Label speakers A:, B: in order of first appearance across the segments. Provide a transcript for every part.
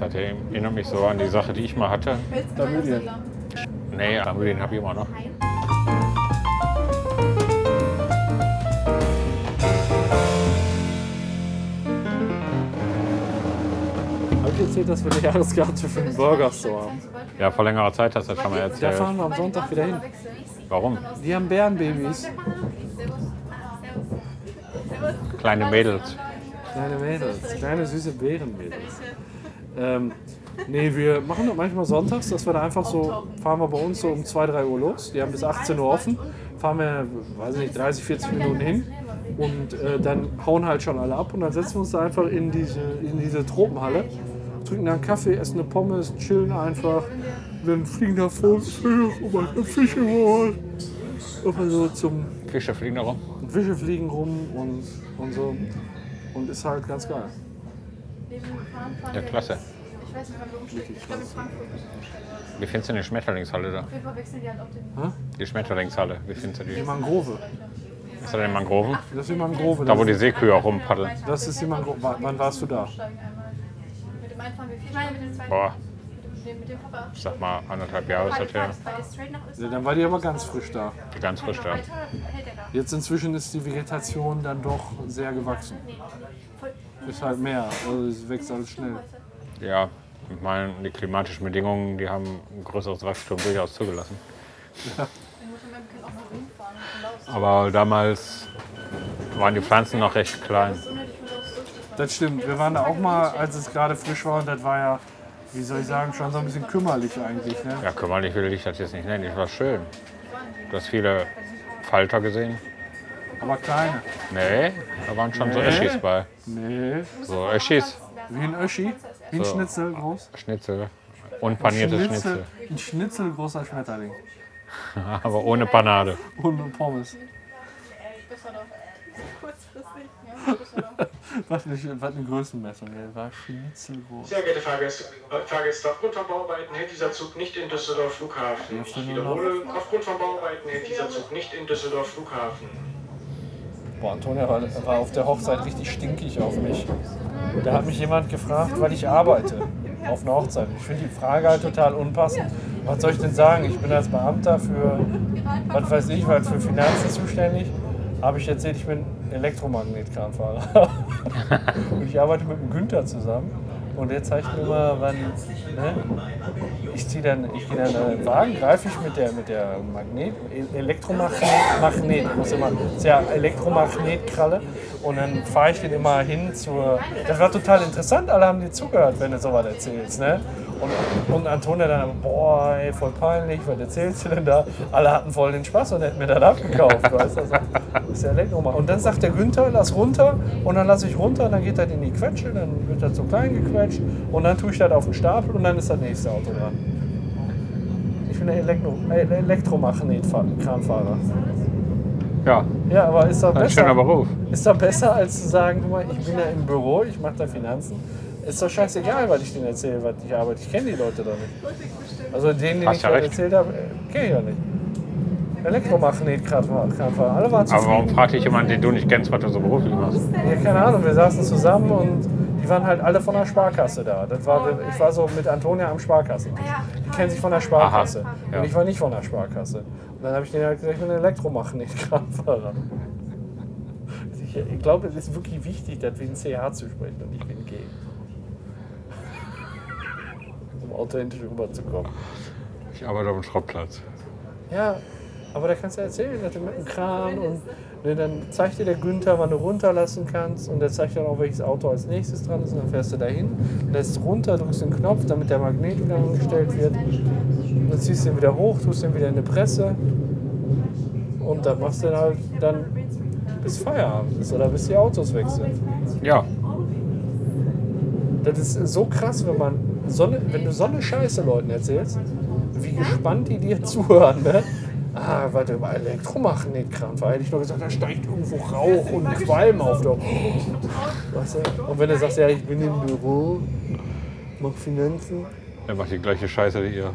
A: hat. Ich erinnere mich so an die Sache, die ich mal hatte.
B: Damödien.
A: Nee, Amylin habe ich immer noch.
B: Habe ich erzählt, dass wir eine Jahreskarte für den Burger Store haben?
A: Ja, vor längerer Zeit hast du das schon mal
B: Da
A: erzählt.
B: fahren wir am Sonntag wieder hin.
A: Warum?
B: Die haben Bärenbabys,
A: Kleine Mädels.
B: kleine Mädels, kleine süße Bärenmädels. Ähm, nee, wir machen das manchmal sonntags, dass wir da einfach so, fahren wir bei uns so um 2, 3 Uhr los. Die haben bis 18 Uhr offen, fahren wir, weiß ich nicht, 30, 40 Minuten hin und äh, dann hauen halt schon alle ab und dann setzen wir uns da einfach in diese, in diese Tropenhalle, trinken dann Kaffee, essen eine Pommes, chillen einfach. Und dann fliegen da um Vögel und Fische holen. Immer so zum
A: Fische fliegen da rum.
B: Und Fische fliegen rum und, und so. Und ist halt ganz geil.
A: Ja, klasse.
C: Ich weiß nicht, wann wir umsteigen. Ich glaube in Frankfurt müssen wir umsteigen.
A: Wie findest du denn die Schmetterlingshalle da?
C: Wir verwechseln die halt auch den.
B: Hä?
A: Die Schmetterlingshalle, wie findest du
B: Die
A: die?
B: Hm? Mangrove.
A: Ist da denn Mangroven?
B: Das ist die Mangrove.
A: Da, wo die
B: das,
A: Seekühe auch um rumpaddeln.
B: das ist die Mangrove. Wa- Wann warst du da?
C: Umsteigen einmal. Mit dem einen fahren wir vier. Ich meine, mit dem zweiten.
A: Boah,
C: Mit dem, mit dem Papa.
A: ich sag mal, anderthalb Jahre ist das her.
C: Straight nach Österreich.
B: Ja, Also, dann war die aber ganz frisch da.
A: Ganz frisch da.
C: Weiter hält er da.
B: Jetzt inzwischen ist die Vegetation dann doch sehr gewachsen.
C: Nee. Voll.
B: Ist halt mehr. Also es wächst alles schnell.
A: Ja, ich meine, die klimatischen Bedingungen, die haben ein größeres Wachstum durchaus zugelassen.
C: Meine Mutter und mein können auch mal rumfahren. Von Laos.
B: Ah.
A: Aber damals waren die Pflanzen noch recht klein.
C: So ne, unnötig von Laos zurückzufahren.
B: Das stimmt. Wir waren da auch mal, als es gerade frisch war. Und das war ja, wie soll ich sagen, schon so ein bisschen kümmerlich eigentlich. Ne?
A: Ja, kümmerlich will ich das jetzt nicht nennen. Es war schön. Du hast viele Falter gesehen.
B: Aber kleine.
A: Nee, da waren schon so
B: Nee.
A: Öschis bei.
B: Nee.
A: So Öschis,
B: Wie ein Öschi. Wie ein Schnitzel groß.
A: Schnitzel und paniertes Schnitzel.
B: Ein Schnitzel großer Schmetterling.
A: Aber ohne Panade.
B: Und eine Pommes.
C: Düsseldorf. Äh, Kurzfristig. Ja, Düsseldorf.
B: Was eine, was eine Größenmessung, der war schnitzelgroß.
D: Sehr geehrte Fahrgäste, äh, Fahrgäste, aufgrund von Bauarbeiten hält dieser Zug nicht in Düsseldorf Flughafen. Ich wiederhole, aufgrund von Bauarbeiten hält dieser Zug nicht in Düsseldorf Flughafen.
B: Boah, Antonia war, war auf der Hochzeit richtig stinkig auf mich. Da hat mich jemand gefragt, weil ich arbeite auf einer Hochzeit. Ich finde die Frage halt total unpassend. Was soll ich denn sagen? Ich bin als Beamter für, was weiß ich, was für Finanzen zuständig. Habe ich erzählt, ich bin Elektromagnetkranfahrer. Und ich arbeite mit dem Günther zusammen. Und der zeigt mir immer, wann. Ne? Ich ziehe dann, ich gehe dann in den Wagen, greife ich mit der, mit der Magnet, Elektromagnet, Magnet, muss immer, ist ja Elektromagnetkralle. Und dann fahre ich den immer hin zur. Das war total interessant, alle haben dir zugehört, wenn du sowas erzählst. Ne? Und, und Antonia dann, boah, ey, voll peinlich, was erzählst du denn da? Alle hatten voll den Spaß und hätten mir dann abgekauft, weißt du? Also, Das ist ja Elektromagnet. Und dann sagt der Günther, lass runter und dann lasse ich runter, und dann geht das in die Quetsche, dann wird das so klein gequetscht und dann tue ich das auf den Stapel und dann ist das nächste Auto dran. Ich bin der Elektro äh, Elektromagnet-Kramfahrer.
A: Ja,
B: Ja, aber ist
A: ein
B: doch besser.
A: schöner Beruf.
B: Ist doch besser, als zu sagen, guck mal, ich bin da im Büro, ich mache da Finanzen. Ist doch scheißegal, was ich denen erzähle, was ich arbeite. Ich kenne die Leute doch nicht. Also denen, denen
A: Hast
B: ich
A: ja
B: das
A: recht.
B: erzählt habe, kenne ich doch nicht. Elektromagnet-Kramfahrer, alle waren
A: Aber
B: zufrieden.
A: warum fragt dich jemand, den du nicht kennst, was du so beruflich machst?
B: Ja, keine Ahnung, wir saßen zusammen und die waren halt alle von der Sparkasse da. Das war, ich war so mit Antonia am Sparkassen.
C: Ah
B: Die kennen sich von der Sparkasse.
A: Aha, ja.
B: Und ich war nicht von der Sparkasse. Und dann habe ich denen halt gesagt, ich bin Elektromagnetkramfahrer. Ich, ich glaube, es ist wirklich wichtig, das wie ein CH zu sprechen und ich bin G. Um authentisch rüberzukommen.
A: Ich arbeite auf dem Schrottplatz.
B: Ja, aber da kannst du erzählen, dass du mit dem Kran und ne, dann zeigt dir der Günther, wann du runterlassen kannst und der zeigt dann auch, welches Auto als nächstes dran ist und dann fährst du dahin, lässt runter, drückst den Knopf, damit der Magnet wieder angestellt wird. Und dann ziehst du ihn wieder hoch, tust ihn wieder in die Presse und dann machst du ihn halt dann bis Feierabend ist oder bis die Autos weg sind.
A: Ja,
B: Das ist so krass, wenn man Sonne, wenn du so eine Scheiße Leuten erzählst, wie gespannt die dir zuhören, ne? Ah, warte mal, Elektromagnetkram. Da hätte ich nur gesagt, da steigt irgendwo Rauch und Qualm auf. Der weißt du? Und wenn du sagst, ja, ich bin im Büro, mach Finanzen.
A: der macht die gleiche Scheiße wie ihr.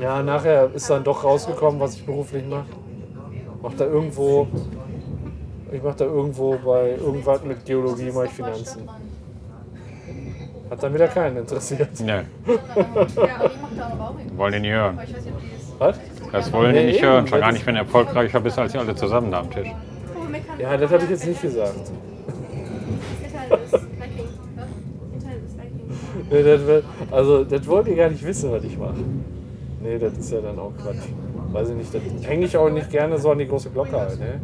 B: Ja, nachher ist dann doch rausgekommen, was ich beruflich mache. Mach da irgendwo, ich mach da irgendwo bei irgendwas mit Geologie, mach ich Finanzen. Hat dann wieder keinen interessiert.
A: Ne,
C: Ja, aber die macht da aber auch irgendwas.
A: wollen die nicht hören.
C: Aber ich weiß nicht, ob die ist.
B: Was?
A: Das wollen die
B: Ja,
A: nicht
B: eben.
A: hören. Schon gar
B: Das-
A: nicht, wenn du erfolgreicher bist als ihr alle zusammen da am Tisch.
C: Oh, meckern-
B: Ja, das habe ich jetzt nicht gesagt.
C: Italien ist Viking. Was? Italien ist Viking.
B: Nee, das, wär- also, das wollt ihr gar nicht wissen, was ich mache. Nee, das ist ja dann auch Quatsch. Weiß ich nicht, das hänge ich auch nicht gerne so an die große Glocke halt, ne?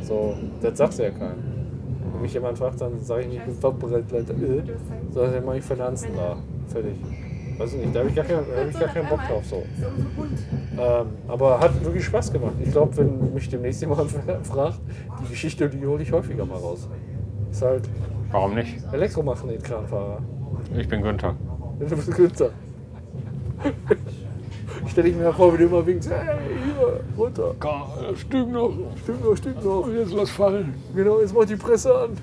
B: So, das sagt ja keiner. Wenn mich jemand fragt, dann sage ich nicht, ich bin Fachbereichsleiter, äh, sondern dann mache ich Finanzen da. Fertig. Weiß ich nicht, da habe ich, gar keinen- da hab ich gar keinen Bock drauf so. Ähm, aber hat wirklich Spaß gemacht. Ich glaube, wenn mich demnächst jemand fragt, die Geschichte, die hole ich häufiger mal raus. Ist halt
A: Warum nicht?
B: Elektromagnetkranfahrer.
A: Ich bin Günther.
B: Du bist Günther. Stell ich mir vor, wie du immer winkst, hey, hier, runter.
A: Stimmt noch.
B: Stimmt noch, stimmt noch.
A: Jetzt was fallen.
B: Genau, jetzt mach die Presse an.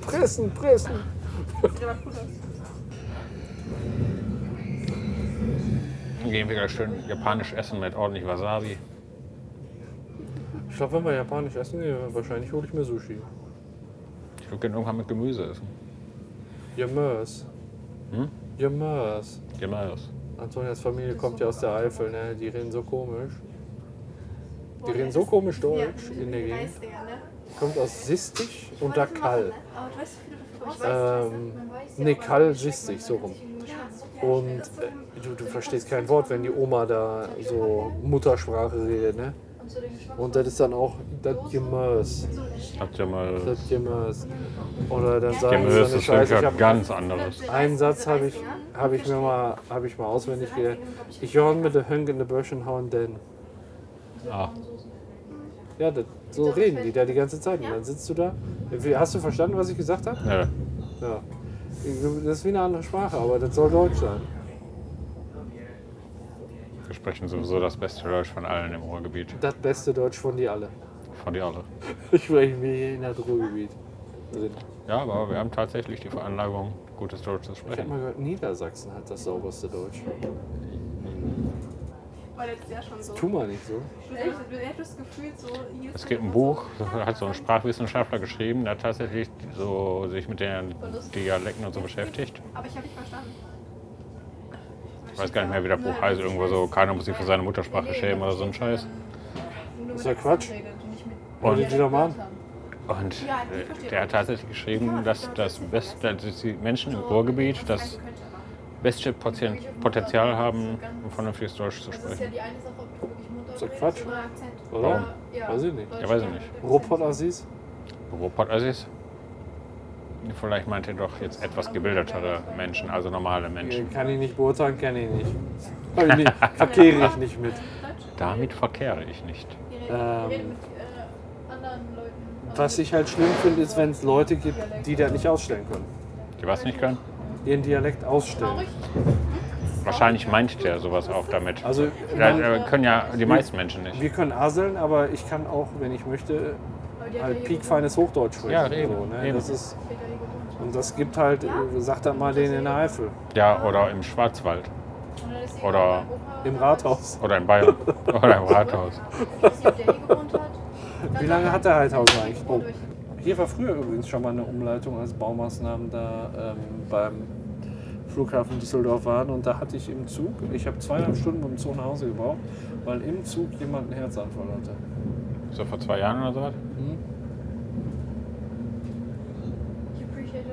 B: Pressen, pressen.
C: Sieht aber cool aus.
A: Gehen wir gleich schön japanisch essen mit ordentlich Wasabi.
B: Ich glaube, wenn wir japanisch essen gehen, wahrscheinlich hole ich mir Sushi.
A: Ich würde gerne irgendwann mit Gemüse essen.
B: Ja, Mörs.
A: Hm?
B: Ja, Mörs.
A: Immer das.
B: Antonias Familie kommt ja aus der Eifel, ne? Die reden so komisch. Die reden so komisch Deutsch in der Gegend.
C: Reisdinger, ne?
B: Kommt aus Sistig und da Kall.
C: Aber du ne? weißt, wie du davon
B: Ähm, nee, Kall Sistig, so rum. Und äh, du, du verstehst kein Wort, wenn die Oma da so Muttersprache redet, ne? Und das ist dann auch das Gemüse.
A: Habt ihr mal.
B: Das Gemüse. Oder dann sagen sie
A: Gemüse
B: so eine
A: ist nämlich
B: Scheiße. Ich
A: was
B: hab
A: ganz anderes.
B: einen Satz habe ich, hab ich mir mal, hab ich mal auswendig gelernt. Ich hören mit der Hönk in der Börschen hauen denn.
A: Ah,
B: Ja, das, so reden die da die ganze Zeit. Und dann sitzt du da. Wie- Hast du verstanden, was ich gesagt habe?
A: ne.
B: Ja. Das ist wie eine andere Sprache, aber das soll Deutsch sein.
A: Wir sprechen sowieso das beste Deutsch von allen im Ruhrgebiet.
B: Das beste Deutsch von die alle.
A: Von dir alle.
B: Ich spreche mir hier in das Ruhrgebiet Also, drin.
A: Ja, aber wir haben tatsächlich die Veranlagung, gutes Deutsch zu
B: Ich habe
A: sprechen.
B: mal gehört, Niedersachsen hat das sauberste Deutsch.
C: War letztes Jahr schon so.
B: Tu mal nicht so.
C: Du hättest- du hättest gefühlt so. hier
A: Es
C: schon
A: gibt ein
C: immer
A: Buch, das hat so ein Sprachwissenschaftler geschrieben, der tatsächlich so sich mit den Dialekten und so beschäftigt.
C: Aber ich habe nicht verstanden.
A: Ich weiß gar nicht mehr, wie der Buch heißt. Irgendwo so, keiner muss sich für seine Muttersprache schämen oder so ein Scheiß.
B: Ist ja Quatsch.
A: Und-
B: die doch mal an.
A: Und äh, der hat tatsächlich geschrieben, dass, das Best, dass die Menschen im Ruhrgebiet das beste Poten- Potenzial haben, um vernünftiges Deutsch zu
C: Das ist ja
A: sprechen.
C: die eine Sache, ob du wirklich Mutter
B: Ist ja Quatsch.
C: oder Akzent.
B: Oder?
C: Ja.
B: Weiß ich nicht.
A: Ja, weiß ich nicht.
B: Robot Aziz?
A: Robot Aziz? also Vielleicht meint er doch jetzt etwas gebildetere Menschen, also normale Menschen.
B: Kann ich nicht beurteilen, kenne ich nicht. Hab ich nicht. Verkehre ich nicht mit.
A: Damit verkehre ich nicht.
C: Die reden,
B: Ähm,
C: die reden mit äh, anderen Leuten. Also
B: Was ich halt schlimm finde, ist, wenn es Leute gibt, die das nicht ausstellen können.
A: Die was nicht können?
B: Ihren Dialekt ausstellen.
C: traurig.
A: Wahrscheinlich meint der sowas auch damit.
B: Also,
A: Ja,
B: man,
A: äh, können ja die meisten Menschen nicht.
B: wir können aseln, aber ich kann auch, wenn ich möchte,
C: Weil die hat
B: halt
C: ja
B: piekfeines Hochdeutsch sprechen.
A: Ja, eben,
B: So, ne?
A: eben.
B: das ist,
C: hier gewohnt, hat ja hier gewohnt.
B: und das gibt halt, äh, sagt dann mal den in der Eifel,
A: Ja, oder im Schwarzwald.
C: Und dann ist sie
A: Oder-
C: irgendwann bei Opa,
B: im
C: dann
B: Rathaus.
A: Oder in Bayern. Oder im Rathaus.
C: Ich weiß nicht, ob der hier gewohnt hat. Dann
B: Wie lange hat der Heidhaus eigentlich?
C: Oh.
B: Oh. Hier war früher übrigens schon mal eine Umleitung als Baumaßnahmen da ähm, beim Flughafen Düsseldorf waren und da hatte ich im Zug, ich habe zweieinhalb Stunden mit dem Zoo nach Hause gebraucht, weil im Zug jemand einen Herzanfall hatte.
A: So vor zwei Jahren oder sowas?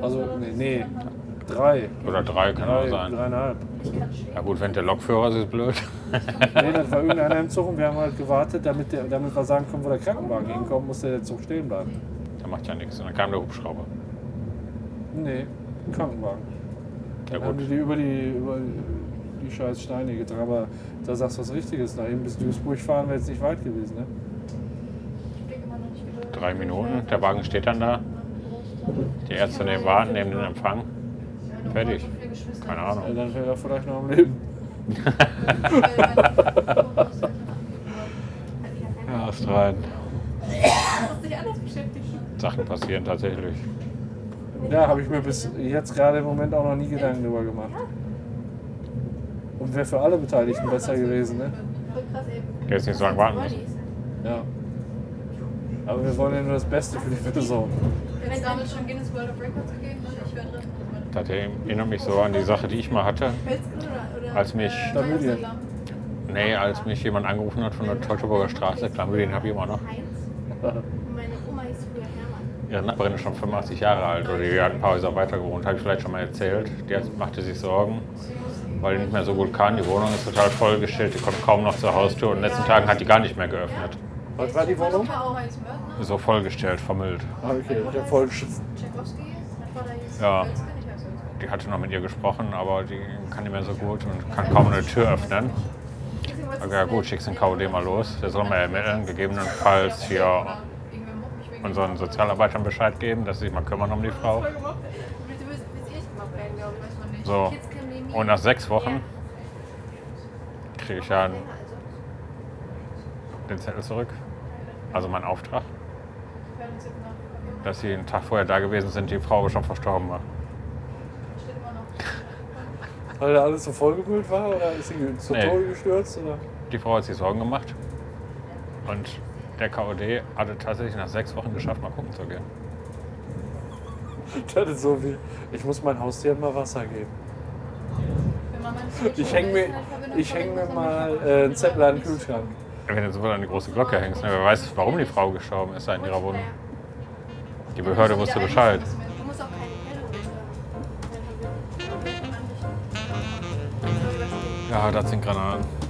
B: Also, nee, nee, drei.
A: Oder drei kann auch
B: Drei,
A: sein.
B: dreieinhalb.
A: Ja gut, wenn der Lokführer ist, ist blöd.
B: Nee, das war irgendeiner im Zug und wir haben halt gewartet, damit, der, damit wir sagen können, wo der Krankenwagen hinkommt, musste der Zug stehen bleiben.
A: Der macht ja nichts. Und dann kam der Hubschrauber.
B: Nee, ein Krankenwagen.
A: Ja
B: Dann haben
A: gut.
B: die die über die, über die scheiß Steine getragen, aber da sagst du was Richtiges. Nach eben bis Duisburg fahren wäre jetzt nicht weit gewesen, ne?
A: Drei Minuten, der Wagen steht dann da. Die Ärzte nehmen warten, nehmen den Empfang. Fertig. Keine
B: Ja,
A: Ahnung.
B: dann wäre er vielleicht noch am Leben.
A: Ja, ist rein.
C: Muss dich anders beschäftigen.
A: Sachen passieren tatsächlich.
B: Ja, habe ich mir bis jetzt gerade im Moment auch noch nie Gedanken drüber gemacht. Und wäre für alle Beteiligten besser gewesen, ne?
C: Voll krass eben.
A: Jetzt nicht so lange warten müssen.
B: Ja. Aber wir wollen ja nur das Beste für die Person.
C: Wenn es damals schon Guinness World of Records gegeben hat, ich wäre drin.
A: hat. Erinnert mich so an die Sache, die ich mal hatte. Als mich-
B: Chlamydien.
A: Nee, als mich jemand angerufen hat von der Teutoburger Straße, Chlamydien habe ich immer noch.
C: Meine Oma hieß früher Hermann.
A: Ihre Nachbarin ist schon 85 Jahre alt oder die hat ein paar Häuser weiter gewohnt, habe ich vielleicht schon mal erzählt. Die hat, machte sich Sorgen, weil die nicht mehr so gut kann. Die Wohnung ist total vollgestellt, die kommt kaum noch zur Haustür und in den letzten Tagen hat die gar nicht mehr geöffnet.
B: Was war die Wohnung?
A: So vollgestellt, vermüllt.
B: Ah, okay, der Vollschiff.
A: Ja. Die hatte noch mit ihr gesprochen, aber die kann nicht mehr so gut und kann kaum eine Tür öffnen. Okay, ja gut, schickst den KOD mal los. Der soll mal ermitteln, gegebenenfalls hier unseren Sozialarbeitern Bescheid geben, dass sie sich mal kümmern um die Frau.
B: eh
A: So, und nach sechs Wochen kriege ich ja den Zettel zurück, also meinen Auftrag, dass sie einen Tag vorher da gewesen sind, die Frau aber schon verstorben war.
B: Weil da alles so vollgemüllt war oder ist sie zu
A: Nee.
B: Tode gestürzt? Oder?
A: Die Frau hat sich Sorgen gemacht und der KOD hatte tatsächlich nach sechs Wochen geschafft, mal gucken zu gehen.
B: Das ist so wie, ich muss mein Haustier mal Wasser geben. Ich hänge mir, ich häng mir mal äh, einen Zettel an den Kühlschrank.
A: Wenn du so an eine große Glocke hängst, ne, wer weiß, warum die Frau gestorben ist da in ihrer Wohnung. Die Behörde wusste Bescheid.
C: Du musst auch keine Kelle runter.
A: Ja, das sind Granaten.